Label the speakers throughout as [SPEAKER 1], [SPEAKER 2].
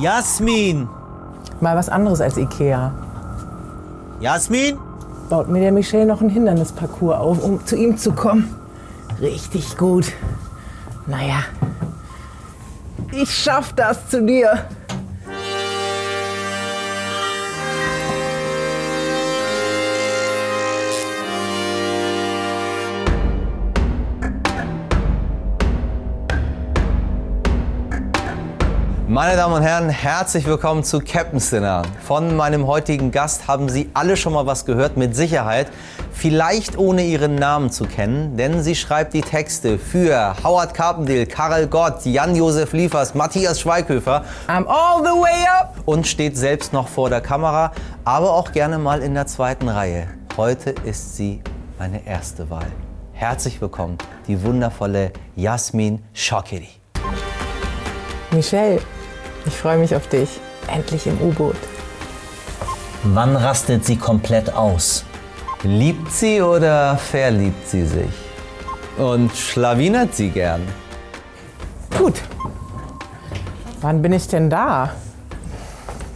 [SPEAKER 1] Jasmin!
[SPEAKER 2] Mal was anderes als Ikea.
[SPEAKER 1] Jasmin?
[SPEAKER 2] Baut mir der Michel noch einen Hindernisparcours auf, um zu ihm zu kommen. Richtig gut. Naja, ich schaff das zu dir.
[SPEAKER 1] Meine Damen und Herren, herzlich willkommen zu Captain's Dinner. Von meinem heutigen Gast haben Sie alle schon mal was gehört, mit Sicherheit. Vielleicht ohne ihren Namen zu kennen, denn sie schreibt die Texte für Howard Carpendale, Karel Gott, Jan-Josef Liefers, Matthias Schweighöfer
[SPEAKER 2] I'm all the way up.
[SPEAKER 1] und steht selbst noch vor der Kamera, aber auch gerne mal in der zweiten Reihe. Heute ist sie meine erste Wahl. Herzlich willkommen, die wundervolle Jasmin Schokiri.
[SPEAKER 2] Michel, ich freue mich auf dich. Endlich im U-Boot.
[SPEAKER 3] Wann rastet sie komplett aus?
[SPEAKER 1] Liebt sie oder verliebt sie sich? Und schlawinert sie gern?
[SPEAKER 2] Gut. Wann bin ich denn da?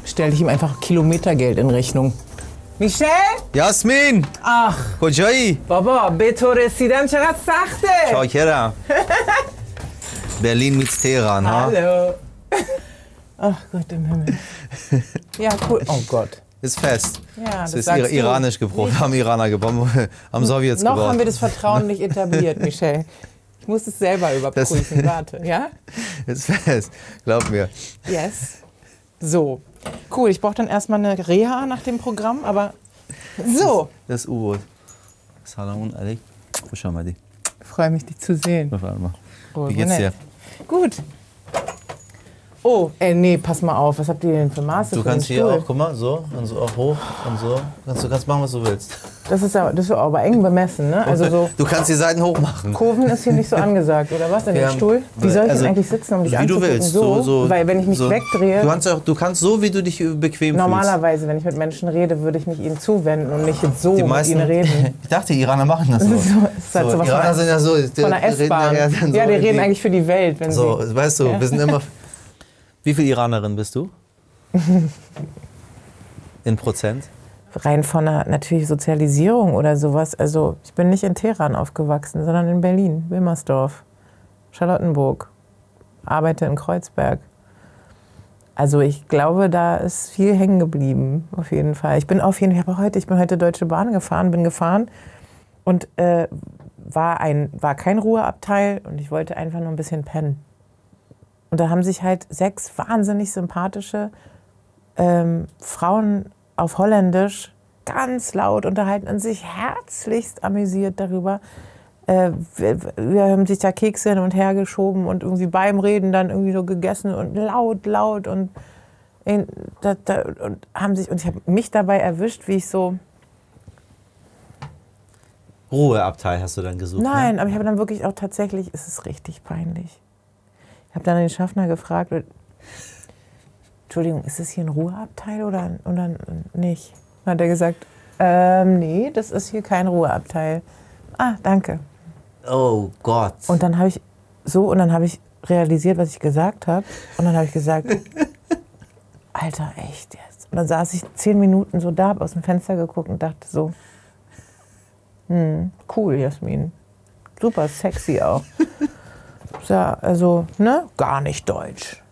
[SPEAKER 2] Stell ich ihm einfach Kilometergeld in Rechnung. Michel?
[SPEAKER 1] Jasmin!
[SPEAKER 2] Ach,
[SPEAKER 1] Kojai!
[SPEAKER 2] Baba, Beethoven, Sidan, Sachte.
[SPEAKER 1] Kojera! Berlin mit Teheran, ha?
[SPEAKER 2] Hallo. Ach Gott im Himmel. Ja, cool. Oh Gott.
[SPEAKER 1] Ist fest.
[SPEAKER 2] Ja,
[SPEAKER 1] es
[SPEAKER 2] das
[SPEAKER 1] ist
[SPEAKER 2] sagst
[SPEAKER 1] ir
[SPEAKER 2] du. Hm,
[SPEAKER 1] iranisch geprobt. Haben Iraner gebombt, haben Sowjets
[SPEAKER 2] Noch
[SPEAKER 1] gebaut.
[SPEAKER 2] haben wir das Vertrauen nicht etabliert, Michel. Ich muss es selber überprüfen. Warte, ja?
[SPEAKER 1] Ist fest. Glaub mir.
[SPEAKER 2] Yes. So. Cool, ich brauche dann erstmal eine Reha nach dem Programm, aber so.
[SPEAKER 1] Das U-Boot. Salamun Alik. Schau mal die.
[SPEAKER 2] Freue mich, dich zu sehen.
[SPEAKER 1] Auf einmal.
[SPEAKER 2] Oh,
[SPEAKER 1] Wie geht's dir?
[SPEAKER 2] nett. Gut. Oh, ey, nee, pass mal auf. Was habt ihr denn für Maße
[SPEAKER 1] Du
[SPEAKER 2] für den
[SPEAKER 1] kannst hier
[SPEAKER 2] Stuhl?
[SPEAKER 1] auch, guck mal, so und so auch hoch und so. Du kannst, du kannst machen, was du willst.
[SPEAKER 2] Das ist aber, das ist aber eng bemessen, ne? Also so
[SPEAKER 1] Du kannst die Seiten hoch machen.
[SPEAKER 2] Kurven ist hier nicht so angesagt, oder was? In
[SPEAKER 1] Ja,
[SPEAKER 2] dem Stuhl? Wie soll ich
[SPEAKER 1] also,
[SPEAKER 2] denn eigentlich sitzen, um dich
[SPEAKER 1] Wie du
[SPEAKER 2] anzugucken?
[SPEAKER 1] willst.
[SPEAKER 2] so,
[SPEAKER 1] So, so,
[SPEAKER 2] weil wenn ich mich
[SPEAKER 1] so.
[SPEAKER 2] wegdrehe,
[SPEAKER 1] Du kannst, auch, du kannst so, wie du dich äh, bequem fühlst.
[SPEAKER 2] Normalerweise, wenn ich mit Menschen rede, würde ich mich ihnen zuwenden und nicht jetzt so
[SPEAKER 1] Die
[SPEAKER 2] mit
[SPEAKER 1] meisten
[SPEAKER 2] ihnen reden.
[SPEAKER 1] Ich dachte, die Iraner machen das so.
[SPEAKER 2] Das ist halt sowas
[SPEAKER 1] Iraner
[SPEAKER 2] von,
[SPEAKER 1] sind ja so. Die,
[SPEAKER 2] von der S-Bahn.
[SPEAKER 1] ja,
[SPEAKER 2] Ja,
[SPEAKER 1] dann so
[SPEAKER 2] die reden
[SPEAKER 1] irgendwie-
[SPEAKER 2] eigentlich für die Welt, wenn
[SPEAKER 1] So, weißt du,
[SPEAKER 2] Ja.
[SPEAKER 1] wir sind immer. Wie viel Iranerin bist du? In Prozent?
[SPEAKER 2] sie rein von der natürlich Sozialisierung oder sowas. Also ich bin nicht in Teheran aufgewachsen, sondern in Berlin, Wilmersdorf, Charlottenburg, arbeite in Kreuzberg. Also ich glaube, da ist viel hängen geblieben, auf jeden Fall. Ich bin auf jeden Fall, ich habe heute, ich bin heute Deutsche Bahn gefahren, bin gefahren und äh, war, ein, war kein Ruheabteil und ich wollte einfach nur ein bisschen pennen. Und da haben sich halt sechs wahnsinnig sympathische ähm, Frauen auf Holländisch ganz laut unterhalten und sich herzlichst amüsiert darüber. Äh, wir, wir haben sich da Kekse hin und her geschoben und irgendwie beim Reden dann irgendwie so gegessen und laut, laut und, in, da, da, und haben sich und ich habe mich dabei erwischt, wie ich so
[SPEAKER 1] Ruheabteil hast du dann gesucht. Ne?
[SPEAKER 2] Nein, aber ich habe dann wirklich auch tatsächlich, es ist richtig peinlich. Ich habe dann den Schaffner gefragt, und- Entschuldigung, ist es hier ein Ruheabteil oder, oder ein- nicht? Dann hat er gesagt, ähm, nee, das ist hier kein Ruheabteil. Ah, danke.
[SPEAKER 1] Oh Gott.
[SPEAKER 2] Und dann habe ich so, und dann habe ich realisiert, was ich gesagt habe. Und dann habe ich gesagt, Alter, echt jetzt. Und dann saß ich zehn Minuten so da, hab aus dem Fenster geguckt und dachte so, hm, cool, Jasmin. Super sexy auch. Ja, also, ne? Gar nicht deutsch.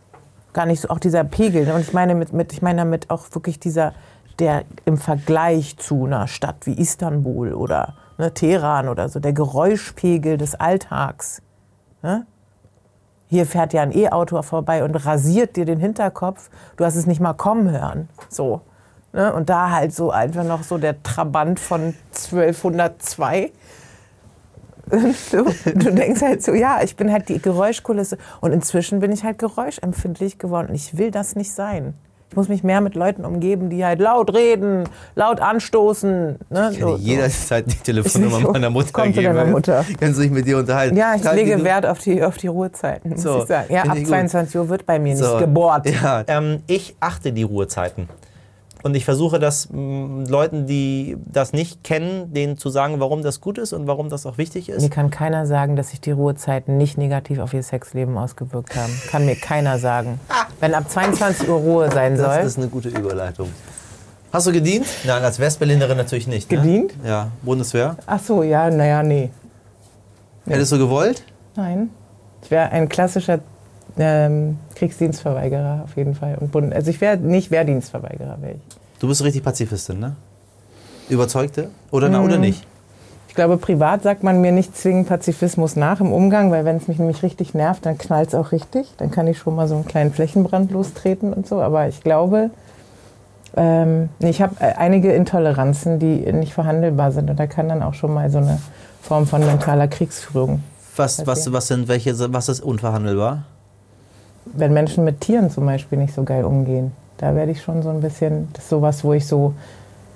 [SPEAKER 2] Gar nicht so, auch dieser Pegel. Ne? Und ich meine, mit, mit, ich meine damit auch wirklich dieser, der im Vergleich zu einer Stadt wie Istanbul oder ne, Teheran oder so, der Geräuschpegel des Alltags. Ne? Hier fährt ja ein E-Auto vorbei und rasiert dir den Hinterkopf. Du hast es nicht mal kommen hören. So. Ne? Und da halt so einfach noch so der Trabant von 1202. Du, du denkst halt so, ja, ich bin halt die Geräuschkulisse. Und inzwischen bin ich halt geräuschempfindlich geworden. Und ich will das nicht sein. Ich muss mich mehr mit Leuten umgeben, die halt laut reden, laut anstoßen. Ne?
[SPEAKER 1] Ich hätte jederzeit die Telefonnummer
[SPEAKER 2] Ich- ich-
[SPEAKER 1] meiner Mutter
[SPEAKER 2] Kommt zu
[SPEAKER 1] gegeben.
[SPEAKER 2] deiner Mutter.
[SPEAKER 1] Kannst du dich mit dir unterhalten.
[SPEAKER 2] Ja, ich
[SPEAKER 1] Kann die-
[SPEAKER 2] lege Wert auf die, auf die Ruhezeiten, muss
[SPEAKER 1] So,
[SPEAKER 2] ich sagen. Ja,
[SPEAKER 1] finde
[SPEAKER 2] ab
[SPEAKER 1] ich gut.
[SPEAKER 2] 22 Uhr wird bei mir
[SPEAKER 1] So.
[SPEAKER 2] nicht gebohrt.
[SPEAKER 1] Ja, ähm, ich achte die Ruhezeiten. Und ich versuche das mh, Leuten, die das nicht kennen, denen zu sagen, warum das gut ist und warum das auch wichtig ist.
[SPEAKER 2] Mir kann keiner sagen, dass sich die Ruhezeiten nicht negativ auf ihr Sexleben ausgewirkt haben. Kann mir keiner sagen. Wenn ab 22 Uhr Ruhe sein
[SPEAKER 1] Das
[SPEAKER 2] soll.
[SPEAKER 1] ist eine gute Überleitung. Hast du gedient? Nein, als Westberlinerin natürlich nicht. Ne?
[SPEAKER 2] Gedient?
[SPEAKER 1] Ja, Bundeswehr.
[SPEAKER 2] Ach so, ja, naja, nee.
[SPEAKER 1] Hättest du gewollt?
[SPEAKER 2] Nein. Ich wäre ein klassischer ähm, Kriegsdienstverweigerer auf jeden Fall. Und Bund also ich wäre nicht Wehrdienstverweigerer, wäre ich.
[SPEAKER 1] Du bist richtig Pazifistin, ne? Überzeugte? Oder, na, oder nicht?
[SPEAKER 2] Ich glaube, privat sagt man mir nicht zwingend Pazifismus nach im Umgang, weil wenn es mich nämlich richtig nervt, dann knallt es auch richtig. Dann kann ich schon mal so einen kleinen Flächenbrand lostreten und so. Aber ich glaube, ähm, nee, ich habe äh, einige Intoleranzen, die nicht verhandelbar sind. Und da kann dann auch schon mal so eine Form von mentaler Kriegsführung.
[SPEAKER 1] Was, was, was sind welche, was ist unverhandelbar?
[SPEAKER 2] Wenn Menschen mit Tieren zum Beispiel nicht so geil umgehen, da werde ich schon so ein bisschen, das ist sowas, wo ich so,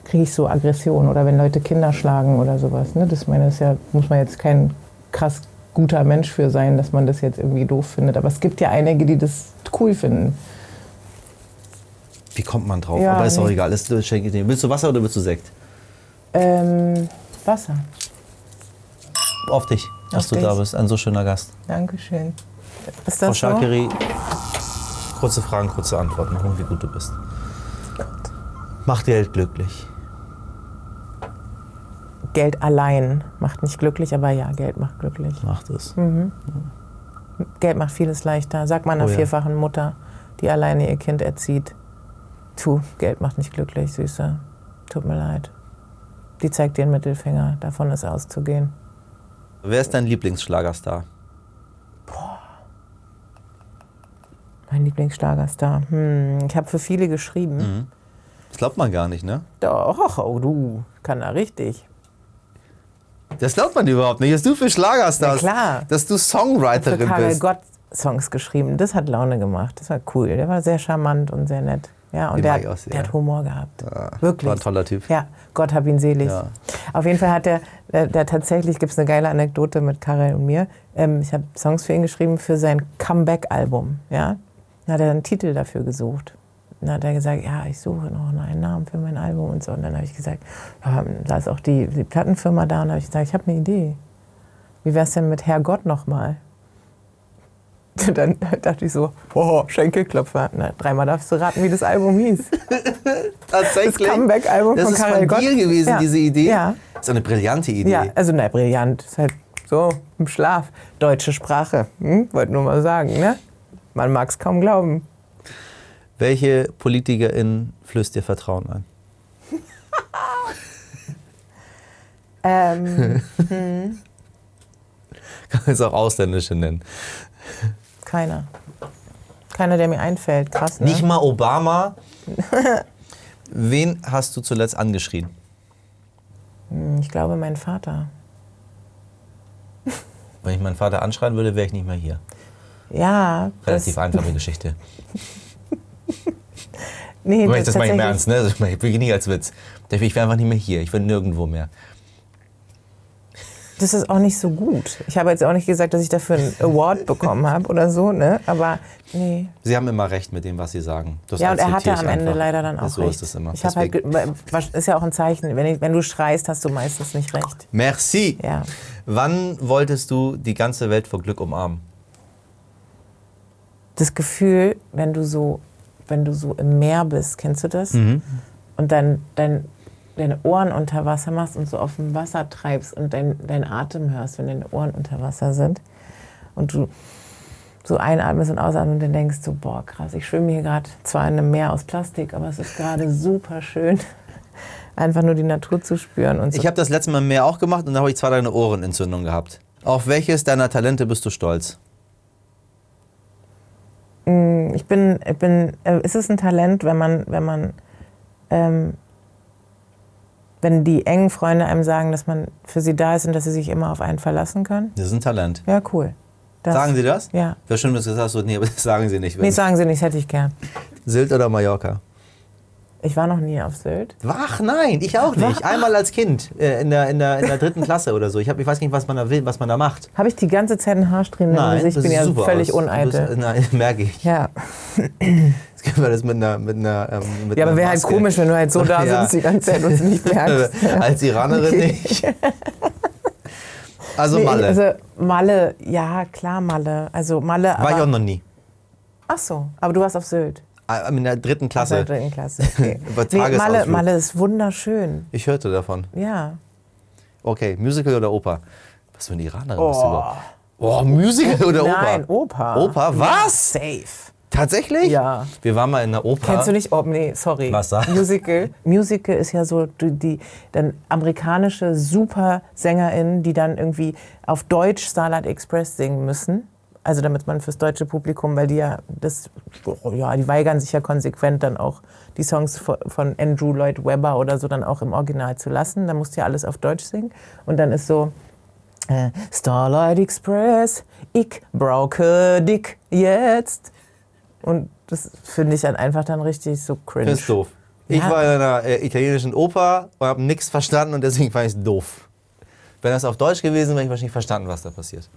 [SPEAKER 2] kriege ich so Aggression. Oder wenn Leute Kinder schlagen oder sowas. Ne? Das meine, ist ja, muss man jetzt kein krass guter Mensch für sein, dass man das jetzt irgendwie doof findet. Aber es gibt ja einige, die das cool finden.
[SPEAKER 1] Wie kommt man drauf?
[SPEAKER 2] Ja,
[SPEAKER 1] Aber ist doch
[SPEAKER 2] nee.
[SPEAKER 1] egal. Ist, schenke ich dir. Willst du Wasser oder willst du Sekt?
[SPEAKER 2] Ähm, Wasser.
[SPEAKER 1] Auf dich, dass
[SPEAKER 2] Auf
[SPEAKER 1] du
[SPEAKER 2] dich.
[SPEAKER 1] da bist. Ein so schöner Gast.
[SPEAKER 2] Dankeschön. Ist
[SPEAKER 1] Frau
[SPEAKER 2] das so?
[SPEAKER 1] Schakiri, kurze Fragen, kurze Antworten. Guck mal, wie gut du bist. Mach die Welt glücklich.
[SPEAKER 2] Geld allein macht nicht glücklich, aber ja, Geld macht glücklich.
[SPEAKER 1] Macht es.
[SPEAKER 2] Mhm. Geld macht vieles leichter, sagt man einer
[SPEAKER 1] Oh ja.
[SPEAKER 2] vierfachen Mutter, die alleine ihr Kind erzieht. Tu, Geld macht nicht glücklich, Süße. Tut mir leid. Die zeigt dir den Mittelfinger, davon ist auszugehen.
[SPEAKER 1] Wer ist dein Lieblingsschlagerstar?
[SPEAKER 2] Mein Lieblingsschlagerstar. Hm, ich habe für viele geschrieben.
[SPEAKER 1] Mhm. Das glaubt man gar nicht, ne?
[SPEAKER 2] Doch, oh du, kann da richtig.
[SPEAKER 1] Das glaubt man überhaupt nicht, dass du für Schlagerstars,
[SPEAKER 2] Na klar.
[SPEAKER 1] dass du
[SPEAKER 2] Für
[SPEAKER 1] Songwriterin
[SPEAKER 2] Karel
[SPEAKER 1] bist.
[SPEAKER 2] Gott Songs geschrieben. Das hat Laune gemacht. Das war cool. Der war sehr charmant und sehr nett. Ja,
[SPEAKER 1] Den
[SPEAKER 2] und der,
[SPEAKER 1] mag
[SPEAKER 2] hat-
[SPEAKER 1] ich auch sehr.
[SPEAKER 2] der hat Humor gehabt.
[SPEAKER 1] Ah,
[SPEAKER 2] Wirklich.
[SPEAKER 1] War ein toller Typ.
[SPEAKER 2] Ja, Gott hab ihn selig.
[SPEAKER 1] Ja.
[SPEAKER 2] Auf jeden Fall hat er, der, äh, der tatsächlich gibt es eine geile Anekdote mit Karel und mir. Ähm, ich habe Songs für ihn geschrieben für sein Comeback-Album. Ja? Dann hat er einen Titel dafür gesucht. Dann hat er gesagt, ja, ich suche noch einen Namen für mein Album und so. Und dann habe ich gesagt, ja, da ist auch die, die Plattenfirma da. Und dann habe ich gesagt, ich habe eine Idee. Wie wär's denn mit Herrgott nochmal? Und dann dachte ich so, oh, Schenkelklopfer. Na, dreimal darfst du raten, wie das Album hieß.
[SPEAKER 1] Tatsächlich.
[SPEAKER 2] Das Comeback-Album
[SPEAKER 1] Das
[SPEAKER 2] von
[SPEAKER 1] ist
[SPEAKER 2] Karel
[SPEAKER 1] von
[SPEAKER 2] Gott.
[SPEAKER 1] dir gewesen,
[SPEAKER 2] Ja.
[SPEAKER 1] diese Idee.
[SPEAKER 2] Ja.
[SPEAKER 1] Das ist eine brillante Idee.
[SPEAKER 2] Ja, also na, brillant. Ist halt so im Schlaf. Deutsche Sprache. Hm? Wollte nur mal sagen, ne? Man mag es kaum glauben.
[SPEAKER 1] Welche Politikerin flößt dir Vertrauen ein?
[SPEAKER 2] Ähm,
[SPEAKER 1] Kann man jetzt auch ausländische nennen.
[SPEAKER 2] keiner. Keiner, der mir einfällt. Krass, ne?
[SPEAKER 1] Nicht mal Obama. Wen hast du zuletzt angeschrien?
[SPEAKER 2] ich glaube, mein Vater.
[SPEAKER 1] Wenn ich meinen Vater anschreien würde, wäre ich nicht mehr hier.
[SPEAKER 2] Ja.
[SPEAKER 1] Relativ
[SPEAKER 2] das,
[SPEAKER 1] einfache Geschichte.
[SPEAKER 2] nee,
[SPEAKER 1] Ich meine, das meine ich
[SPEAKER 2] tatsächlich-
[SPEAKER 1] mir ernst, ne? Das meine ich wirklich nicht als Witz. Ich wäre einfach nicht mehr hier. Ich wäre nirgendwo mehr.
[SPEAKER 2] Das ist auch nicht so gut. Ich habe jetzt auch nicht gesagt, dass ich dafür einen Award bekommen habe oder so, ne? Aber nee.
[SPEAKER 1] Sie haben immer recht mit dem, was sie sagen. Das
[SPEAKER 2] Ja, und er hatte
[SPEAKER 1] akzeptiere
[SPEAKER 2] am
[SPEAKER 1] ich
[SPEAKER 2] Ende
[SPEAKER 1] einfach.
[SPEAKER 2] leider dann auch
[SPEAKER 1] So
[SPEAKER 2] recht.
[SPEAKER 1] ist es immer.
[SPEAKER 2] Ich habe halt,
[SPEAKER 1] Deswegen-
[SPEAKER 2] ge- was- ist ja auch ein Zeichen. Wenn, ich, wenn du schreist, hast du meistens nicht recht.
[SPEAKER 1] Merci.
[SPEAKER 2] Ja.
[SPEAKER 1] Wann wolltest du die ganze Welt vor Glück umarmen?
[SPEAKER 2] das Gefühl, wenn du so, wenn du so im Meer bist, kennst du das? Und dann dein, deine Ohren unter Wasser machst und so auf dem Wasser treibst und dein, dein Atem hörst, wenn deine Ohren unter Wasser sind. Und du so einatmest und ausatmest und dann denkst du, boah, krass, ich schwimme hier gerade zwar in einem Meer aus Plastik, aber es ist gerade super schön, einfach nur die Natur zu spüren und so.
[SPEAKER 1] Ich habe das letzte Mal mehr auch gemacht und da habe ich zwei deine Ohrenentzündung gehabt. Auf welches deiner Talente bist du stolz?
[SPEAKER 2] Ich bin, ich bin äh, ist es ein Talent, wenn man, wenn man, ähm, wenn die engen Freunde einem sagen, dass man für sie da ist und dass sie sich immer auf einen verlassen können?
[SPEAKER 1] Das ist ein Talent.
[SPEAKER 2] Ja, cool. Das,
[SPEAKER 1] Sagen Sie das?
[SPEAKER 2] Ja.
[SPEAKER 1] Wäre schön, wenn du es gesagt hast, so, nee, aber das sagen Sie nicht.
[SPEAKER 2] Nee, sagen sie nicht, hätte ich gern.
[SPEAKER 1] Sylt oder Mallorca?
[SPEAKER 2] Ich war noch nie auf Sylt.
[SPEAKER 1] Wach, nein, ich auch nicht. Einmal als Kind äh, in, der, in, der, in der dritten Klasse oder so. Ich, hab, ich weiß nicht, was man da will, was man da macht.
[SPEAKER 2] Habe ich die ganze Zeit einen Haarsträhnen im
[SPEAKER 1] Nein,
[SPEAKER 2] Gesicht. Ich
[SPEAKER 1] das
[SPEAKER 2] bin
[SPEAKER 1] sieht
[SPEAKER 2] ja
[SPEAKER 1] super
[SPEAKER 2] völlig
[SPEAKER 1] aus. Du
[SPEAKER 2] uneitel.
[SPEAKER 1] bist- Nein, merke ich.
[SPEAKER 2] Ja.
[SPEAKER 1] Jetzt können wir das mit einer. Mit einer ähm, mit
[SPEAKER 2] ja, aber
[SPEAKER 1] einer
[SPEAKER 2] wäre halt
[SPEAKER 1] Maske.
[SPEAKER 2] komisch, wenn du halt so da
[SPEAKER 1] Ja. Also
[SPEAKER 2] sitzt die ganze Zeit und es nicht merkst.
[SPEAKER 1] Als Iranerin
[SPEAKER 2] Okay.
[SPEAKER 1] nicht. Also
[SPEAKER 2] Nee,
[SPEAKER 1] Malle.
[SPEAKER 2] Also Malle, ja, klar Malle. Also Malle,
[SPEAKER 1] War
[SPEAKER 2] aber...
[SPEAKER 1] ich auch noch nie.
[SPEAKER 2] Ach so, aber du warst auf Sylt.
[SPEAKER 1] Ah, In der dritten
[SPEAKER 2] Also
[SPEAKER 1] Klasse.
[SPEAKER 2] in der dritten Klasse. Okay.
[SPEAKER 1] Über
[SPEAKER 2] Malle,
[SPEAKER 1] Tagesausflug.
[SPEAKER 2] Malle ist wunderschön.
[SPEAKER 1] Ich hörte davon.
[SPEAKER 2] Ja.
[SPEAKER 1] Okay, Musical oder Oper? Was für eine Iranerin bist du
[SPEAKER 2] Oh.
[SPEAKER 1] überhaupt? Oh, Musical oder Oper?
[SPEAKER 2] Nein, Opa.
[SPEAKER 1] Oper? Was?
[SPEAKER 2] Safe.
[SPEAKER 1] Tatsächlich?
[SPEAKER 2] Ja.
[SPEAKER 1] Wir waren mal in der Oper.
[SPEAKER 2] Kennst du nicht? Oh, nee, sorry.
[SPEAKER 3] Was da?
[SPEAKER 2] Musical. Musical ist ja so die, die dann amerikanische Supersängerinnen, die dann irgendwie auf Deutsch Starlight Express singen müssen. Also damit man fürs deutsche Publikum, weil die ja das, oh ja, die weigern sich ja konsequent dann auch die Songs vo- von Andrew Lloyd Webber oder so dann auch im Original zu lassen. Dann musst du ja alles auf Deutsch singen. Und dann ist so, äh, Starlight Express, ich brauche dich jetzt. Und das finde ich dann einfach dann richtig so cringe.
[SPEAKER 1] Das ist doof. Ich
[SPEAKER 2] Ja.
[SPEAKER 1] war in einer äh, italienischen Oper und habe nichts verstanden und deswegen fand ich es doof. Wenn das auf Deutsch gewesen wäre, hätte ich wahrscheinlich verstanden, was da passiert.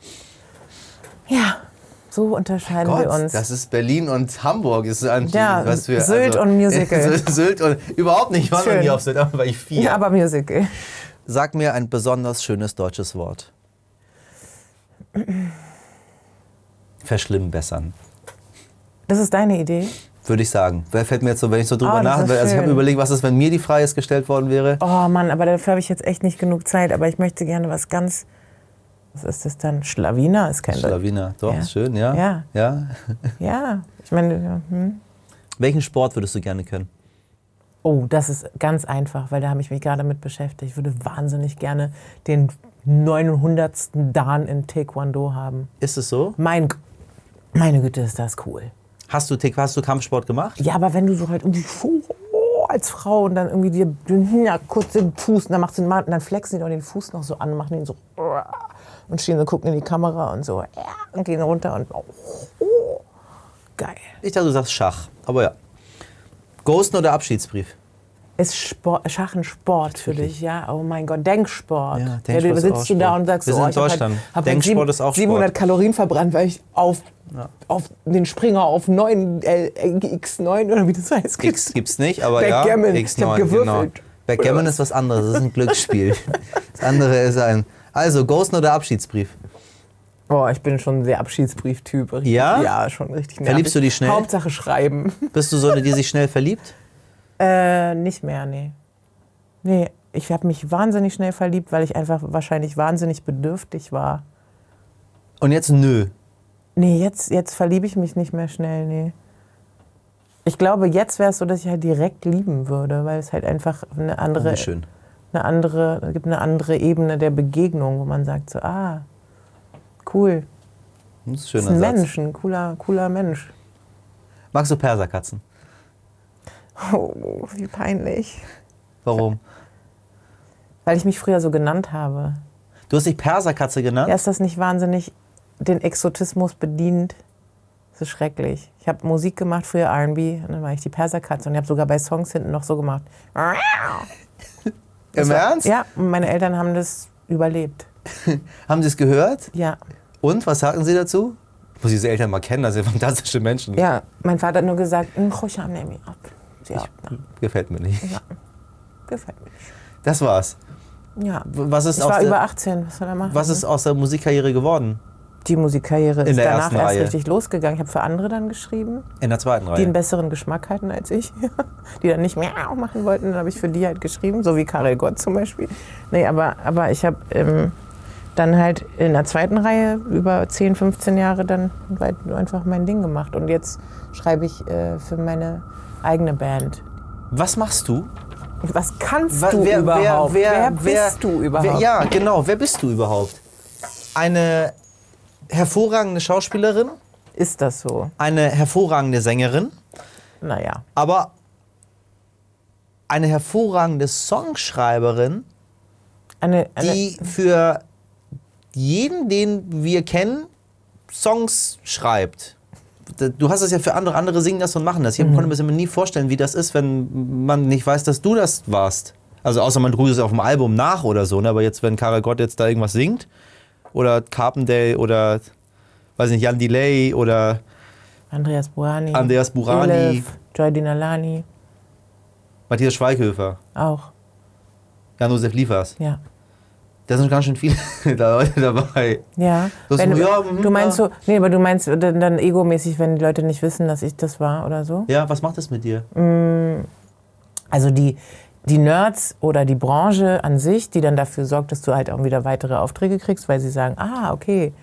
[SPEAKER 2] Ja, so unterscheiden wir uns.
[SPEAKER 1] Oh das ist Berlin und Hamburg. Ist ein,
[SPEAKER 2] Ja,
[SPEAKER 1] was wir, also
[SPEAKER 2] Sylt und Musical.
[SPEAKER 1] Sylt und überhaupt nicht. Ich war noch
[SPEAKER 2] Schön.
[SPEAKER 1] nie auf Sylt, aber war ich vier.
[SPEAKER 2] ja, aber Musical.
[SPEAKER 1] Sag mir ein besonders schönes deutsches Wort. Verschlimmbessern,
[SPEAKER 2] Das ist deine Idee.
[SPEAKER 1] würde ich sagen. Wer fällt mir jetzt so, wenn ich so drüber
[SPEAKER 2] Ah, das ist
[SPEAKER 1] nachdenke? Also ich habe
[SPEAKER 2] schön.
[SPEAKER 1] überlegt, was ist, wenn mir die Frage jetzt gestellt worden wäre.
[SPEAKER 2] Oh Mann, aber dafür habe ich jetzt echt nicht genug Zeit. Aber ich möchte gerne was ganz. Was ist das dann? Schlawiner ist kein Deutsch.
[SPEAKER 1] Schlawiner, doch,
[SPEAKER 2] Oh, Ja.
[SPEAKER 1] ist schön, ja.
[SPEAKER 2] Ja.
[SPEAKER 1] ja.
[SPEAKER 2] Ja, ich meine, ja, hm.
[SPEAKER 1] Welchen Sport würdest du gerne können?
[SPEAKER 2] Oh, das ist ganz einfach, weil da habe ich mich gerade mit beschäftigt. Ich würde wahnsinnig gerne den 900. Dan in Taekwondo haben.
[SPEAKER 1] Ist es so?
[SPEAKER 2] Mein, G- meine Güte, ist das cool.
[SPEAKER 1] Hast du, Tick- hast du Kampfsport gemacht?
[SPEAKER 2] Ja, aber wenn du so halt irgendwie oh, als Frau und dann irgendwie dir den- ja, kurz den Fuß, und dann, machst du, den Mann- und dann flexen die doch den Fuß noch so an, und machen ihn so oh, und stehen und gucken in die Kamera und so ja, und gehen runter und oh, oh, geil.
[SPEAKER 1] Ich dachte, du sagst Schach, aber ja. Ghosten oder Abschiedsbrief?
[SPEAKER 2] Ist Sport, Schach ein Sport für dich, ja? Oh mein Gott, Denksport.
[SPEAKER 1] Ja,
[SPEAKER 2] Ja,
[SPEAKER 1] Denksport
[SPEAKER 2] du
[SPEAKER 1] ist auch
[SPEAKER 2] sitzt du da
[SPEAKER 1] Sport.
[SPEAKER 2] und sagst,
[SPEAKER 1] Wir sind
[SPEAKER 2] so, oh,
[SPEAKER 1] in
[SPEAKER 2] ich hab
[SPEAKER 1] Deutschland.
[SPEAKER 2] Halt, hab
[SPEAKER 1] Denksport
[SPEAKER 2] halt
[SPEAKER 1] ist auch Sport.
[SPEAKER 2] 700 Kalorien verbrannt, weil ich auf, auf den Springer auf 9, äh, X9 oder wie das heißt,
[SPEAKER 1] X gibt's nicht, aber
[SPEAKER 2] Backgammon.
[SPEAKER 1] ja. genau.
[SPEAKER 2] Ich hab gewürfelt.
[SPEAKER 1] Backgammon ist was anderes, das ist ein Glücksspiel. Das andere ist ein. Also, Ghosten oder Abschiedsbrief?
[SPEAKER 2] Boah, ich bin schon ein sehr Abschiedsbrieftyp. Richtig-
[SPEAKER 1] Ja?
[SPEAKER 2] Ja, schon richtig nervig.
[SPEAKER 1] Verliebst du dich schnell?
[SPEAKER 2] Hauptsache schreiben.
[SPEAKER 1] Bist du so eine, die sich schnell verliebt?
[SPEAKER 2] Äh, nicht mehr, nee. Nee, ich habe mich wahnsinnig schnell verliebt, weil ich einfach wahrscheinlich wahnsinnig bedürftig war.
[SPEAKER 1] Und jetzt nö.
[SPEAKER 2] Nee, jetzt, jetzt verliebe ich mich nicht mehr schnell, nee. Ich glaube, jetzt wäre es so, dass ich halt direkt lieben würde, weil es halt einfach eine andere,
[SPEAKER 1] Wie schön.
[SPEAKER 2] eine andere, es gibt eine andere Ebene der Begegnung, wo man sagt so, ah, cool,
[SPEAKER 1] Das ist ein
[SPEAKER 2] ist
[SPEAKER 1] schöner
[SPEAKER 2] ein
[SPEAKER 1] Satz.
[SPEAKER 2] Mensch, ein cooler, cooler Mensch.
[SPEAKER 1] Magst du Perserkatzen?
[SPEAKER 2] Oh, wie peinlich.
[SPEAKER 1] Warum?
[SPEAKER 2] Weil ich mich früher so genannt habe.
[SPEAKER 1] Du hast dich Perserkatze genannt?
[SPEAKER 2] Ja, ist das nicht wahnsinnig den Exotismus bedient? Das ist schrecklich. Ich habe Musik gemacht, früher RB, und dann war ich die Perserkatze. Und ich habe sogar bei Songs hinten noch so gemacht.
[SPEAKER 1] Im Ernst?
[SPEAKER 2] Ja, und meine Eltern haben das überlebt.
[SPEAKER 1] Haben sie es gehört?
[SPEAKER 2] Ja.
[SPEAKER 1] Und was sagten sie dazu? Muss ich diese Eltern mal kennen, das sind fantastische Menschen.
[SPEAKER 2] ja. Mein Vater hat nur gesagt, "Hm, Chocham nehme ich ab. Ja,
[SPEAKER 1] Gefällt mir nicht.
[SPEAKER 2] gefällt mir. nicht.
[SPEAKER 1] Das war's.
[SPEAKER 2] Ja.
[SPEAKER 1] Was ist,
[SPEAKER 2] Ich
[SPEAKER 1] aus
[SPEAKER 2] war
[SPEAKER 1] der,
[SPEAKER 2] über 18, was soll er machen?
[SPEAKER 1] was ist aus der Musikkarriere geworden?
[SPEAKER 2] Die Musikkarriere ist
[SPEAKER 1] der
[SPEAKER 2] danach
[SPEAKER 1] ersten
[SPEAKER 2] erst
[SPEAKER 1] Reihe.
[SPEAKER 2] richtig losgegangen. Ich habe für andere dann geschrieben.
[SPEAKER 1] In der zweiten
[SPEAKER 2] die einen
[SPEAKER 1] Reihe.
[SPEAKER 2] besseren Geschmack hatten als ich, die dann nicht miau machen wollten, dann habe ich für die halt geschrieben, so wie Karel Gott zum Beispiel. Nee, aber, aber ich habe ähm, dann halt in der zweiten Reihe über 10, 15 Jahre dann weit- einfach mein Ding gemacht. Und jetzt schreibe ich äh, für meine eigene Band.
[SPEAKER 1] Was machst du?
[SPEAKER 2] Was kannst
[SPEAKER 1] Wa-
[SPEAKER 2] du überhaupt? bist du
[SPEAKER 1] wer-
[SPEAKER 2] überhaupt?
[SPEAKER 1] ja, genau. Wer bist du überhaupt? Eine hervorragende Schauspielerin,
[SPEAKER 2] Ist das so?
[SPEAKER 1] eine hervorragende Sängerin,
[SPEAKER 2] Naja.
[SPEAKER 1] aber eine hervorragende Songschreiberin,
[SPEAKER 2] Eine, eine,
[SPEAKER 1] die für jeden, den wir kennen, Songs schreibt. du hast das ja für andere, andere singen das und machen das. Ich
[SPEAKER 2] Mhm.
[SPEAKER 1] konnte mir das immer nie vorstellen, wie das ist, wenn man nicht weiß, dass du das warst. Also außer man drückt es auf dem Album nach oder so, ne? aber jetzt, wenn Karel Gott jetzt da irgendwas singt oder Carpendale oder, weiß nicht, Jan Delay oder
[SPEAKER 2] Andreas Burani.
[SPEAKER 1] Andreas Burani.
[SPEAKER 2] Elif, Joy Dinalani.
[SPEAKER 1] Matthias Schweighöfer,
[SPEAKER 2] Auch,
[SPEAKER 1] Jan-Josef Liefers,
[SPEAKER 2] ja.
[SPEAKER 1] da sind ganz schön viele Leute dabei.
[SPEAKER 2] Ja.
[SPEAKER 1] Das-
[SPEAKER 2] Wenn,
[SPEAKER 1] ja, mhm,
[SPEAKER 2] du meinst
[SPEAKER 1] ja.
[SPEAKER 2] so, nee, aber du meinst dann, dann egomäßig, wenn die Leute nicht wissen, dass ich das war oder so?
[SPEAKER 1] Ja, was macht das mit dir?
[SPEAKER 2] Mhm. Also die, die Nerds oder die Branche an sich, die dann dafür sorgt, dass du halt auch wieder weitere Aufträge kriegst, weil sie sagen, ah, okay,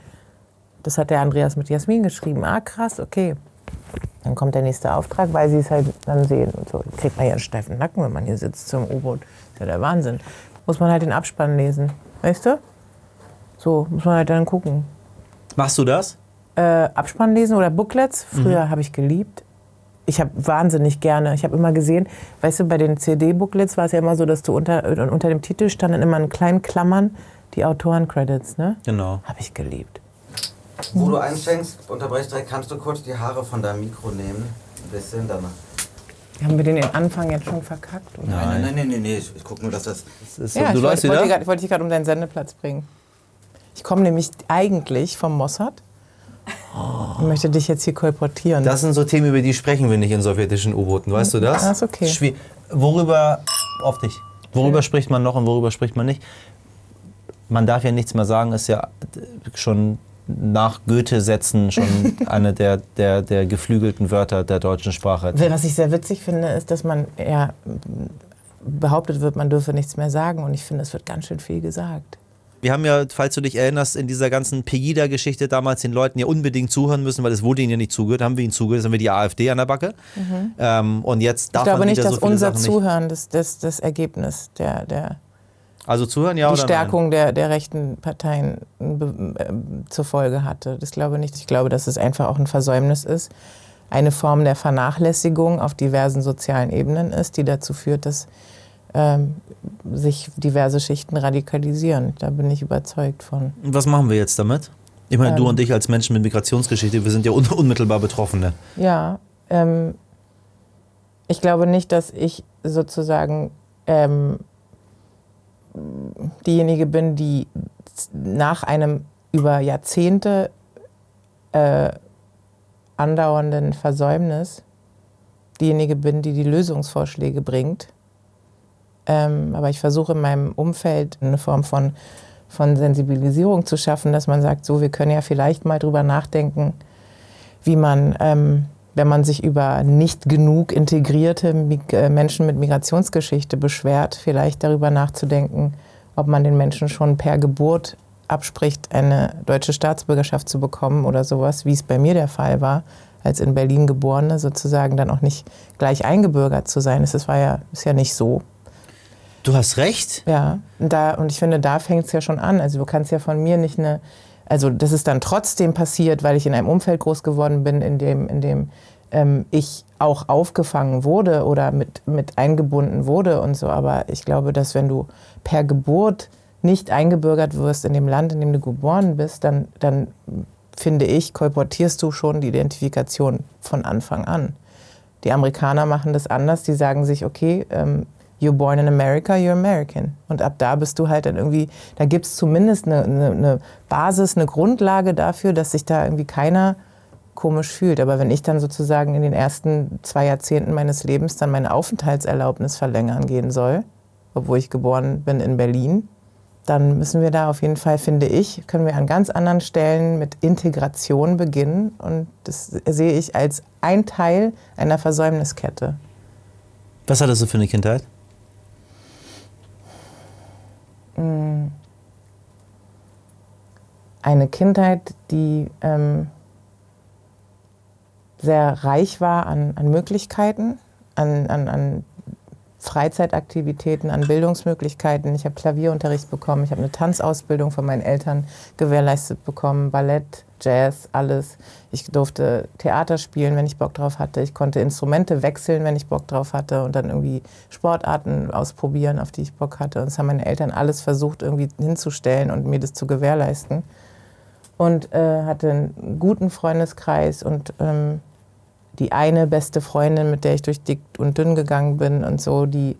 [SPEAKER 2] das hat der Andreas mit Jasmin geschrieben, ah, krass, okay. Dann kommt der nächste Auftrag, weil sie es halt dann sehen und so. Kriegt man ja einen steifen Nacken, wenn man hier sitzt zum U-Boot. Ist ja der Wahnsinn. Muss man halt den Abspann lesen, weißt du? So, muss man halt dann gucken.
[SPEAKER 1] Machst du das?
[SPEAKER 2] äh, Abspann lesen oder Booklets. Früher
[SPEAKER 1] Mhm.
[SPEAKER 2] habe ich geliebt. Ich habe wahnsinnig gerne. Ich habe immer gesehen, weißt du, bei den CD-Booklets war es ja immer so, dass du unter, äh, unter dem Titel stand dann immer in kleinen Klammern die Autoren-Credits, ne?
[SPEAKER 1] Genau.
[SPEAKER 2] Habe ich geliebt.
[SPEAKER 4] Wo du einschenkst, unterbrech direkt, kannst du kurz die Haare von deinem Mikro nehmen? Ein bisschen danach.
[SPEAKER 2] Haben wir den Anfang jetzt schon verkackt? Oder?
[SPEAKER 4] Nein, nein, nein, nein, nein, nee. ich, ich guck nur, dass das.
[SPEAKER 1] Das ist so, ne?
[SPEAKER 2] Ja,
[SPEAKER 1] du
[SPEAKER 2] ich
[SPEAKER 1] läufst
[SPEAKER 2] wollte,
[SPEAKER 1] wieder?
[SPEAKER 2] wollte, grad, wollte dich gerade um deinen Sendeplatz bringen. Ich komme nämlich eigentlich vom Mossad
[SPEAKER 1] Oh.
[SPEAKER 2] und möchte dich jetzt hier kolportieren.
[SPEAKER 1] Das sind so Themen, über die sprechen wir nicht in sowjetischen U-Booten, weißt du das?
[SPEAKER 2] Ah, ist okay.
[SPEAKER 1] Schwie- worüber, auf dich, worüber spricht man noch und worüber spricht man nicht? Man darf ja nichts mehr sagen, ist ja schon nach Goethe-Sätzen schon eine der, der, der geflügelten Wörter der deutschen Sprache.
[SPEAKER 2] Was ich sehr witzig finde, ist, dass man ja behauptet wird, man dürfe nichts mehr sagen. Und ich finde, es wird ganz schön viel gesagt.
[SPEAKER 1] Wir haben ja, falls du dich erinnerst, in dieser ganzen Pegida-Geschichte damals den Leuten ja unbedingt zuhören müssen, weil es wurde ihnen ja nicht zugehört, haben wir ihnen zugehört, jetzt haben wir die AfD an der Backe. Ähm, und jetzt darf
[SPEAKER 2] Mhm. Ich glaube
[SPEAKER 1] man
[SPEAKER 2] nicht,
[SPEAKER 1] wieder
[SPEAKER 2] dass
[SPEAKER 1] so viele
[SPEAKER 2] unser
[SPEAKER 1] Sachen nicht.
[SPEAKER 2] Zuhören das, das, das Ergebnis der, der
[SPEAKER 1] Also zuhören, ja
[SPEAKER 2] die
[SPEAKER 1] oder nein?
[SPEAKER 2] Stärkung der, der rechten Parteien be- ähm, zur Folge hatte. Das glaube ich nicht. Ich glaube, dass es einfach auch ein Versäumnis ist, eine Form der Vernachlässigung auf diversen sozialen Ebenen ist, die dazu führt, dass ähm, sich diverse Schichten radikalisieren. Da bin ich überzeugt von.
[SPEAKER 1] Was machen wir jetzt damit? Ich meine, du und ich als Menschen mit Migrationsgeschichte, wir sind ja un unmittelbar Betroffene.
[SPEAKER 2] Ja, ähm, ich glaube nicht, dass ich sozusagen ähm, diejenige bin, die z- nach einem über Jahrzehnte äh, andauernden Versäumnis diejenige bin, die die Lösungsvorschläge bringt. Ähm, aber ich versuche in meinem Umfeld eine Form von, von Sensibilisierung zu schaffen, dass man sagt, so, wir können ja vielleicht mal drüber nachdenken, wie man, ähm, wenn man sich über nicht genug integrierte Mig äh, Menschen mit Migrationsgeschichte beschwert, vielleicht darüber nachzudenken, ob man den Menschen schon per Geburt abspricht, eine deutsche Staatsbürgerschaft zu bekommen oder sowas, wie es bei mir der Fall war, als in Berlin geborene sozusagen dann auch nicht gleich eingebürgert zu sein. Das war ja, ist ja nicht so.
[SPEAKER 1] Du hast recht.
[SPEAKER 2] Ja, und da, und ich finde, da fängt es ja schon an. Also du kannst ja von mir nicht eine, also das ist dann trotzdem passiert, weil ich in einem Umfeld groß geworden bin, in dem, in dem ähm, ich auch aufgefangen wurde oder mit, mit eingebunden wurde und so. Aber ich glaube, dass wenn du per Geburt nicht eingebürgert wirst in dem Land, in dem du geboren bist, dann, dann finde ich, kolportierst du schon die Identifikation von Anfang an. Die Amerikaner machen das anders. Die sagen sich, okay, ähm, you're born in America, you're American. Und ab da bist du halt dann irgendwie, da gibt es zumindest eine, eine, eine Basis, eine Grundlage dafür, dass sich da irgendwie keiner komisch fühlt. Aber wenn ich dann sozusagen in den ersten zwei Jahrzehnten meines Lebens dann meine Aufenthaltserlaubnis verlängern gehen soll, obwohl ich geboren bin in Berlin, dann müssen wir da auf jeden Fall, finde ich, können wir an ganz anderen Stellen mit Integration beginnen. Und das sehe ich als ein Teil einer Versäumniskette.
[SPEAKER 1] Was hattest du für eine Kindheit?
[SPEAKER 2] Eine Kindheit, die ähm, sehr reich war an, an Möglichkeiten, an, an, an Freizeitaktivitäten, an Bildungsmöglichkeiten. Ich habe Klavierunterricht bekommen, ich habe eine Tanzausbildung von meinen Eltern gewährleistet bekommen, Ballett, Jazz, alles. Ich durfte Theater spielen, wenn ich Bock drauf hatte. Ich konnte Instrumente wechseln, wenn ich Bock drauf hatte und dann irgendwie Sportarten ausprobieren, auf die ich Bock hatte. Und das haben meine Eltern alles versucht, irgendwie hinzustellen und mir das zu gewährleisten. und äh, hatte einen guten Freundeskreis und ähm, die eine beste Freundin, mit der ich durch dick und dünn gegangen bin und so, die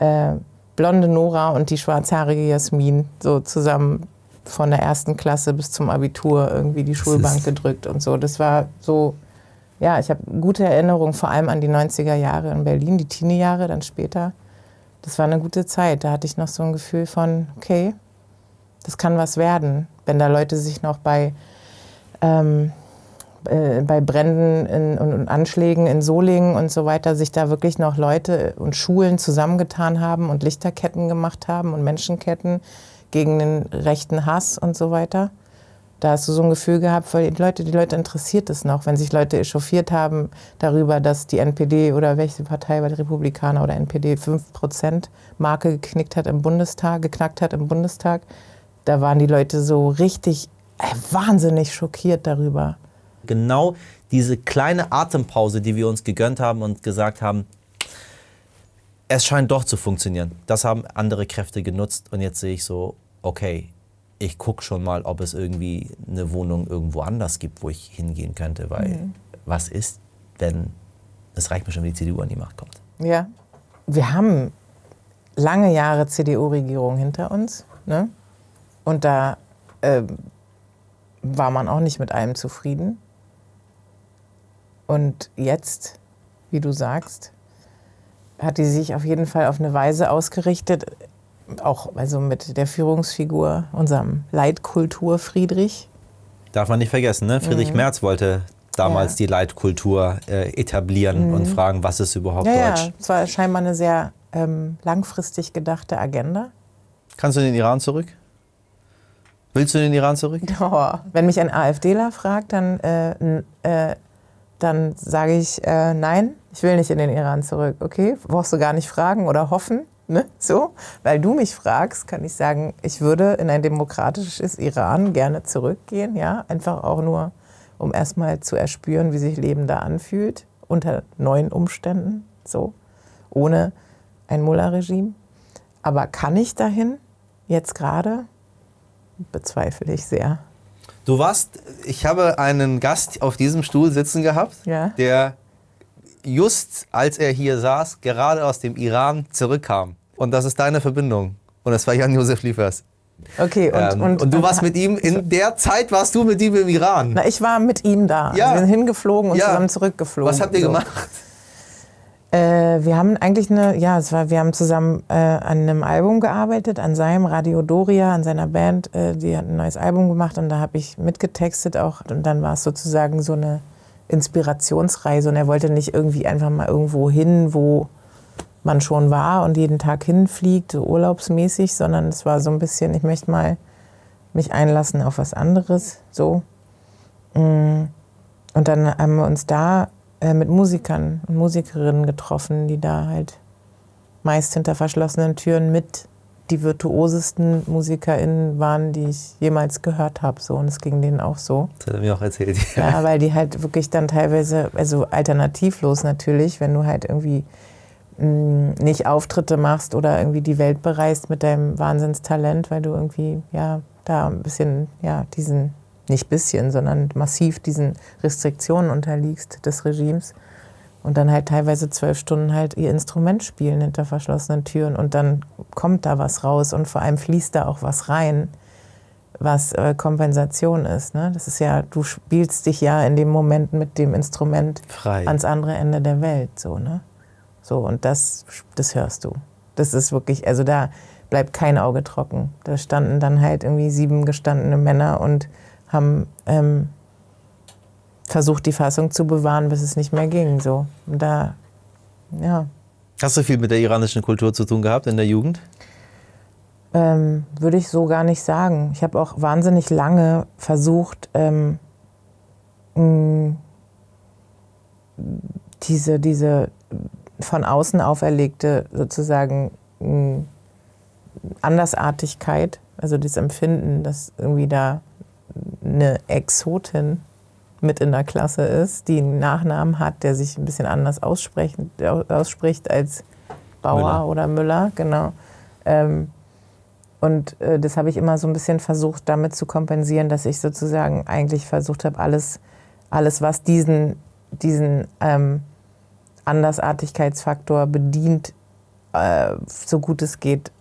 [SPEAKER 2] äh, blonde Nora und die schwarzhaarige Jasmin so zusammen von der ersten Klasse bis zum Abitur irgendwie die Schulbank
[SPEAKER 1] ist-
[SPEAKER 2] gedrückt und so. Das war so, ja, ich habe gute Erinnerungen vor allem an die 90er Jahre in Berlin, die Teenie-Jahre dann später. Das war eine gute Zeit. Da hatte ich noch so ein Gefühl von, okay, das kann was werden, wenn da Leute sich noch bei, ähm, äh, bei Bränden in, und, und Anschlägen in Solingen und so weiter, sich da wirklich noch Leute und Schulen zusammengetan haben und Lichterketten gemacht haben und Menschenketten gegen den rechten Hass und so weiter. Da hast du so ein Gefühl gehabt, weil die Leute, die Leute interessiert es noch, wenn sich Leute echauffiert haben darüber, dass die NPD oder welche Partei war die Republikaner oder NPD 5% Marke geknickt hat im Bundestag, geknackt hat im Bundestag. Da waren die Leute so richtig äh, wahnsinnig schockiert darüber.
[SPEAKER 1] Genau diese kleine Atempause, die wir uns gegönnt haben und gesagt haben, es scheint doch zu funktionieren. Das haben andere Kräfte genutzt und jetzt sehe ich so, okay, ich gucke schon mal, ob es irgendwie eine Wohnung irgendwo anders gibt, wo ich hingehen könnte, weil was ist, wenn es reicht mir schon, wenn die CDU an die Macht kommt?
[SPEAKER 2] Ja. Wir haben lange Jahre CDU-Regierung hinter uns. Ne? Und da ähm, war man auch nicht mit allem zufrieden. Und jetzt, wie du sagst, hat die sich auf jeden Fall auf eine Weise ausgerichtet, auch also mit der Führungsfigur, unserem Leitkultur Friedrich.
[SPEAKER 1] Darf man nicht vergessen, ne?
[SPEAKER 2] Mhm.
[SPEAKER 1] Friedrich Merz wollte damals die Leitkultur äh, etablieren und fragen, was ist überhaupt
[SPEAKER 2] Mhm. Ja,
[SPEAKER 1] Deutsch?
[SPEAKER 2] ja, es war scheinbar eine sehr ähm, langfristig gedachte Agenda.
[SPEAKER 1] Kannst du in den Iran zurück? Willst du in den Iran zurück?
[SPEAKER 2] Oh, wenn mich ein AfDler fragt, dann, äh, n- äh, dann sage ich äh, nein, ich will nicht in den Iran zurück. Okay, brauchst du gar nicht fragen oder hoffen. Ne? So, weil du mich fragst, kann ich sagen, ich würde in ein demokratisches Iran gerne zurückgehen, ja, einfach auch nur, um erstmal zu erspüren, wie sich Leben da anfühlt unter neuen Umständen, so ohne ein Mullah-Regime. Aber kann ich dahin jetzt gerade? Bezweifle ich sehr.
[SPEAKER 1] Du warst, ich habe einen Gast auf diesem Stuhl sitzen gehabt,
[SPEAKER 2] Ja.
[SPEAKER 1] der just als er hier saß, gerade aus dem Iran zurückkam. Und das ist deine Verbindung. Und das war Jan-Josef Liefers.
[SPEAKER 2] Okay, und, äh,
[SPEAKER 1] ähm, und, du warst mit ihm, in der Zeit warst du mit ihm im Iran.
[SPEAKER 2] Na, ich war mit ihm da. Also
[SPEAKER 1] Ja.
[SPEAKER 2] Wir sind hingeflogen und
[SPEAKER 1] Ja.
[SPEAKER 2] zusammen zurückgeflogen.
[SPEAKER 1] Was habt ihr
[SPEAKER 2] So.
[SPEAKER 1] gemacht?
[SPEAKER 2] Äh, wir haben eigentlich eine, ja, es war, wir haben zusammen äh, an einem Album gearbeitet, an seinem Radio Doria, an seiner Band. Äh, die hat ein neues Album gemacht und da habe ich mitgetextet auch. Und dann war es sozusagen so eine Inspirationsreise und er wollte nicht irgendwie einfach mal irgendwo hin, wo man schon war und jeden Tag hinfliegt, so urlaubsmäßig, sondern es war so ein bisschen, ich möchte mal mich einlassen auf was anderes, so. Und dann haben wir uns da äh, mit Musikern und Musikerinnen getroffen, die da halt meist hinter verschlossenen Türen mit die virtuosesten MusikerInnen waren, die ich jemals gehört habe. So. Und es ging denen auch so.
[SPEAKER 1] Das hat er mir auch erzählt.
[SPEAKER 2] Ja, weil die halt wirklich dann teilweise, also alternativlos natürlich, wenn du halt irgendwie mh, nicht Auftritte machst oder irgendwie die Welt bereist mit deinem Wahnsinnstalent, weil du irgendwie, ja, da ein bisschen, ja, diesen, nicht bisschen, sondern massiv diesen Restriktionen unterliegst des Regimes und dann halt teilweise zwölf Stunden halt ihr Instrument spielen hinter verschlossenen Türen und dann kommt da was raus und vor allem fließt da auch was rein was äh, Kompensation ist. Ne? Das ist ja, du spielst dich ja in dem Moment mit dem Instrument
[SPEAKER 1] Frei.
[SPEAKER 2] ans andere Ende der Welt. So, ne? so und das, das hörst du. Das ist wirklich, also da bleibt kein Auge trocken. Da standen dann halt irgendwie sieben gestandene Männer und haben ähm, versucht, die Fassung zu bewahren, bis es nicht mehr ging. So. Und da, ja,
[SPEAKER 1] Hast du viel mit der iranischen Kultur zu tun gehabt in der Jugend?
[SPEAKER 2] Ähm, würde ich so gar nicht sagen. Ich habe auch wahnsinnig lange versucht, ähm, mh, diese, diese von außen auferlegte sozusagen mm, mh, Andersartigkeit, also das Empfinden, dass irgendwie da eine Exotin mit in der Klasse ist, die einen Nachnamen hat, der sich ein bisschen anders aussprechen, ausspricht als Bauer
[SPEAKER 1] Müller.
[SPEAKER 2] oder Müller, genau. Ähm, Und äh, das habe ich immer so ein bisschen versucht, damit zu kompensieren, dass ich sozusagen eigentlich versucht habe, alles, alles was diesen, diesen ähm, Andersartigkeitsfaktor bedient, äh, so gut es geht,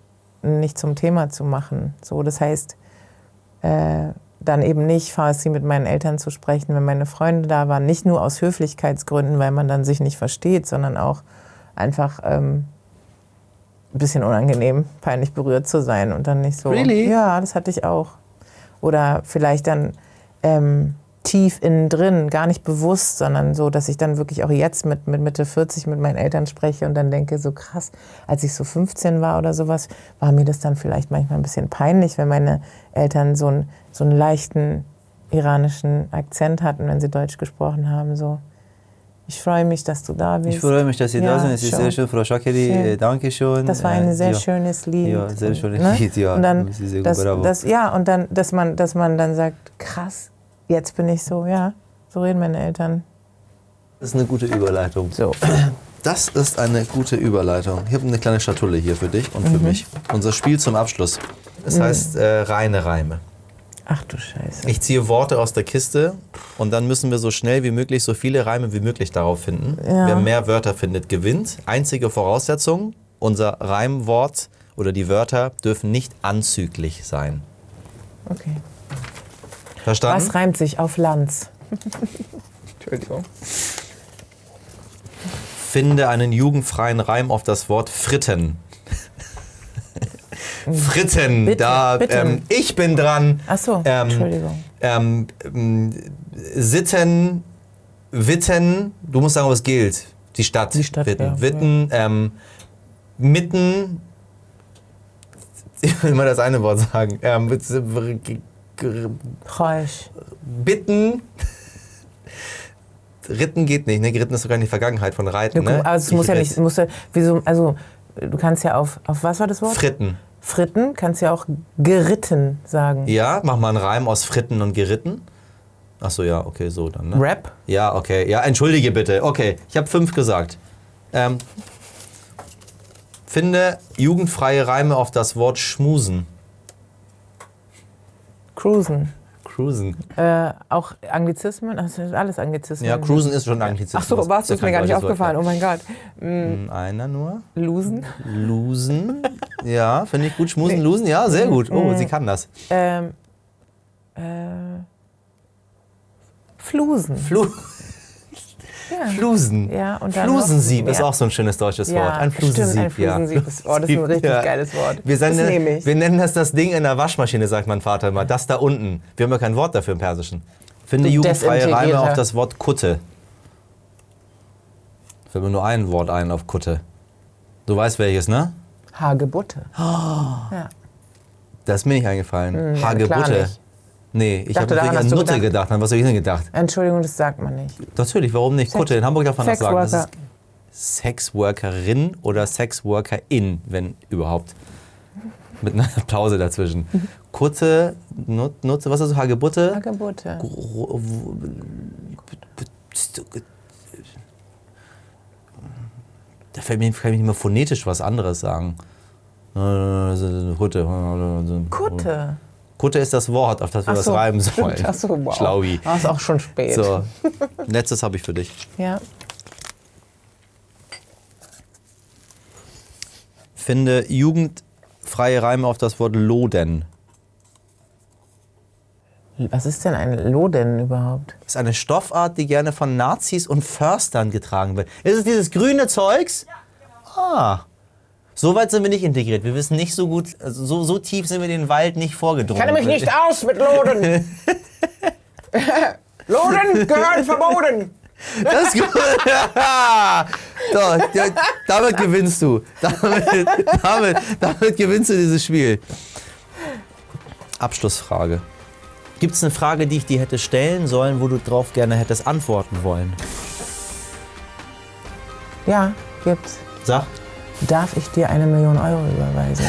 [SPEAKER 2] nicht zum Thema zu machen. So, das heißt, äh, dann eben nicht Farsi mit meinen Eltern zu sprechen, wenn meine Freunde da waren. Nicht nur aus Höflichkeitsgründen, weil man dann sich nicht versteht, sondern auch einfach ähm, ein bisschen unangenehm, peinlich berührt zu sein und dann nicht so.
[SPEAKER 1] Really?
[SPEAKER 2] Ja, das hatte ich auch. Oder vielleicht dann ähm, tief innen drin, gar nicht bewusst, sondern so, dass ich dann wirklich auch jetzt mit, mit Mitte 40 mit meinen Eltern spreche und dann denke, so krass, als ich so 15 war oder sowas, war mir das dann vielleicht manchmal ein bisschen peinlich, wenn meine Eltern so einen, so einen leichten iranischen Akzent hatten, wenn sie Deutsch gesprochen haben, so. Ich freue mich, dass du da bist.
[SPEAKER 1] Ich freue mich, dass Sie da
[SPEAKER 2] Ja,
[SPEAKER 1] sind. Es ist
[SPEAKER 2] schon.
[SPEAKER 1] sehr schön, Frau Schakiri.
[SPEAKER 2] Schön.
[SPEAKER 1] Äh, danke schön.
[SPEAKER 2] Das war ein
[SPEAKER 1] Äh,
[SPEAKER 2] sehr
[SPEAKER 1] ja.
[SPEAKER 2] schönes Lied.
[SPEAKER 1] Ja, sehr schönes Lied, ja.
[SPEAKER 2] Und dann,
[SPEAKER 1] Das ist sehr gut,
[SPEAKER 2] dass,
[SPEAKER 1] bravo.
[SPEAKER 2] dass, ja, und dann, dass man, dass man dann sagt, krass, jetzt bin ich so, ja, so reden meine Eltern.
[SPEAKER 1] Das ist eine gute Überleitung.
[SPEAKER 2] So.
[SPEAKER 1] Das ist eine gute Überleitung. Ich habe eine kleine Schatulle hier für dich
[SPEAKER 2] Mhm.
[SPEAKER 1] und für mich. Unser Spiel zum Abschluss. Es heißt äh, reine Reime.
[SPEAKER 2] Ach du Scheiße.
[SPEAKER 1] Ich ziehe Worte aus der Kiste und dann müssen wir so schnell wie möglich so viele Reime wie möglich darauf finden.
[SPEAKER 2] Ja.
[SPEAKER 1] Wer mehr Wörter findet, gewinnt. Einzige Voraussetzung, unser Reimwort oder die Wörter dürfen nicht anzüglich sein.
[SPEAKER 2] Okay.
[SPEAKER 1] Verstanden?
[SPEAKER 2] Was reimt sich auf Lanz?
[SPEAKER 5] Entschuldigung.
[SPEAKER 1] Finde einen jugendfreien Reim auf das Wort Fritten. Fritten,
[SPEAKER 2] Bitte,
[SPEAKER 1] da
[SPEAKER 2] bitte.
[SPEAKER 1] Ähm, ich bin dran.
[SPEAKER 2] Ach so,
[SPEAKER 1] Ähm,
[SPEAKER 2] Entschuldigung.
[SPEAKER 1] Ähm, ähm, Sitten, Witten, du musst sagen, was gilt. Die Stadt.
[SPEAKER 2] Die Stadt,
[SPEAKER 1] Witten.
[SPEAKER 2] ja.
[SPEAKER 1] Witten, ähm, mitten. Ich will immer das eine Wort sagen. Ähm,
[SPEAKER 2] Keusch.
[SPEAKER 1] bitten. Ritten geht nicht, ne? Ritten ist sogar in die Vergangenheit von Reiten, ne?
[SPEAKER 2] Also, es muss
[SPEAKER 1] Ich
[SPEAKER 2] ja
[SPEAKER 1] red-
[SPEAKER 2] nicht, muss ja, wieso, also, du kannst ja auf, auf was war das Wort?
[SPEAKER 1] Fritten.
[SPEAKER 2] Fritten, kannst ja auch geritten sagen.
[SPEAKER 1] Ja, mach mal einen Reim aus Fritten und Geritten. Ach so, ja, okay, so dann, ne?
[SPEAKER 2] Rap?
[SPEAKER 1] Ja, okay. Ja, entschuldige bitte. Okay, ich habe fünf gesagt. Ähm, finde jugendfreie Reime auf das Wort schmusen.
[SPEAKER 2] Cruisen.
[SPEAKER 1] Cruisen.
[SPEAKER 2] Äh, auch Anglizismen? Also alles Anglizismen.
[SPEAKER 1] Ja, cruisen ist schon Anglizismus.
[SPEAKER 5] Mhm. Ach so, was? Das ist mir gar nicht aufgefallen. Mhm.
[SPEAKER 1] aufgefallen.
[SPEAKER 5] Oh mein Gott.
[SPEAKER 2] Mm.
[SPEAKER 1] Einer nur.
[SPEAKER 5] Losen?
[SPEAKER 1] Mhm. Losen. Ja, finde ich gut. Schmusen, losen. Ja, sehr gut. Oh,
[SPEAKER 5] Mhm.
[SPEAKER 1] sie kann das.
[SPEAKER 2] Ähm, äh, Flusen.
[SPEAKER 1] Flu
[SPEAKER 2] Ja.
[SPEAKER 1] Flusen.
[SPEAKER 2] Ja, und dann noch-
[SPEAKER 1] Flusensieb ist
[SPEAKER 2] ja.
[SPEAKER 1] auch so ein schönes deutsches
[SPEAKER 2] Ja,
[SPEAKER 1] Wort. Ein
[SPEAKER 2] stimmt, ein
[SPEAKER 1] Flusensieb, ja.
[SPEAKER 2] Flusensieb ist- oh, das ist ein richtig geiles Wort.
[SPEAKER 1] Wir,
[SPEAKER 2] Das
[SPEAKER 1] nennen-
[SPEAKER 2] nehme ich.
[SPEAKER 1] wir nennen das das Ding in der Waschmaschine, sagt mein Vater immer. Das da unten. Wir haben ja kein Wort dafür im Persischen. Finde
[SPEAKER 2] Du
[SPEAKER 1] jugendfreie Reime
[SPEAKER 2] Desintegrierter.
[SPEAKER 1] auf das Wort Kutte. Fällt mir nur ein Wort ein auf Kutte. Du weißt welches, ne?
[SPEAKER 2] Hagebutte.
[SPEAKER 1] Oh.
[SPEAKER 2] Ja.
[SPEAKER 1] Das ist mir nicht eingefallen.
[SPEAKER 2] Hm, ja, klar
[SPEAKER 1] Hagebutte.
[SPEAKER 2] nicht.
[SPEAKER 1] Nee, ich habe
[SPEAKER 2] Dachte,
[SPEAKER 1] natürlich
[SPEAKER 2] daran
[SPEAKER 1] an
[SPEAKER 2] hast du
[SPEAKER 1] Nutte
[SPEAKER 2] gedacht.
[SPEAKER 1] gedacht. An was habe ich denn gedacht?
[SPEAKER 2] Entschuldigung, das sagt man nicht.
[SPEAKER 1] Natürlich, warum nicht? Kutte, in Hamburg darf man das sagen. Das
[SPEAKER 2] Sexworker.
[SPEAKER 1] ist Sexworkerin oder Sexworkerin, wenn überhaupt. Mit einer Pause dazwischen. Kutte, Nut- Nutze, was ist das? Hagebutte?
[SPEAKER 2] Hagebutte.
[SPEAKER 1] Gro- w- Da fällt mir, kann ich nicht mehr phonetisch was anderes sagen. Äh, Kutte.
[SPEAKER 2] Kutte.
[SPEAKER 1] Kutte ist das Wort, auf das wir
[SPEAKER 2] Ach
[SPEAKER 1] was
[SPEAKER 2] so,
[SPEAKER 1] reiben
[SPEAKER 2] stimmt.
[SPEAKER 1] sollen.
[SPEAKER 2] Ach so, wow.
[SPEAKER 1] Schlaui.
[SPEAKER 2] Das ist auch schon spät.
[SPEAKER 1] So, letztes habe ich für dich.
[SPEAKER 2] Ja.
[SPEAKER 1] Finde jugendfreie Reime auf das Wort Loden.
[SPEAKER 2] Was ist denn ein Loden überhaupt?
[SPEAKER 1] Ist eine Stoffart, die gerne von Nazis und Förstern getragen wird. Ist es dieses grüne Zeugs? Ja, genau. Ah. So weit sind wir nicht integriert. Wir wissen nicht so gut, also so, so tief sind wir in den Wald nicht vorgedrungen.
[SPEAKER 2] kenne mich nicht aus mit Loden. Loden gehören verboten.
[SPEAKER 1] Das ist gut. so, ja, damit gewinnst du. Damit, damit, damit gewinnst du dieses Spiel. Abschlussfrage. Gibt es eine Frage, die ich dir hätte stellen sollen, wo du drauf gerne hättest antworten wollen?
[SPEAKER 2] Ja, gibt's.
[SPEAKER 1] Sag.
[SPEAKER 2] Darf ich dir eine Million Euro überweisen?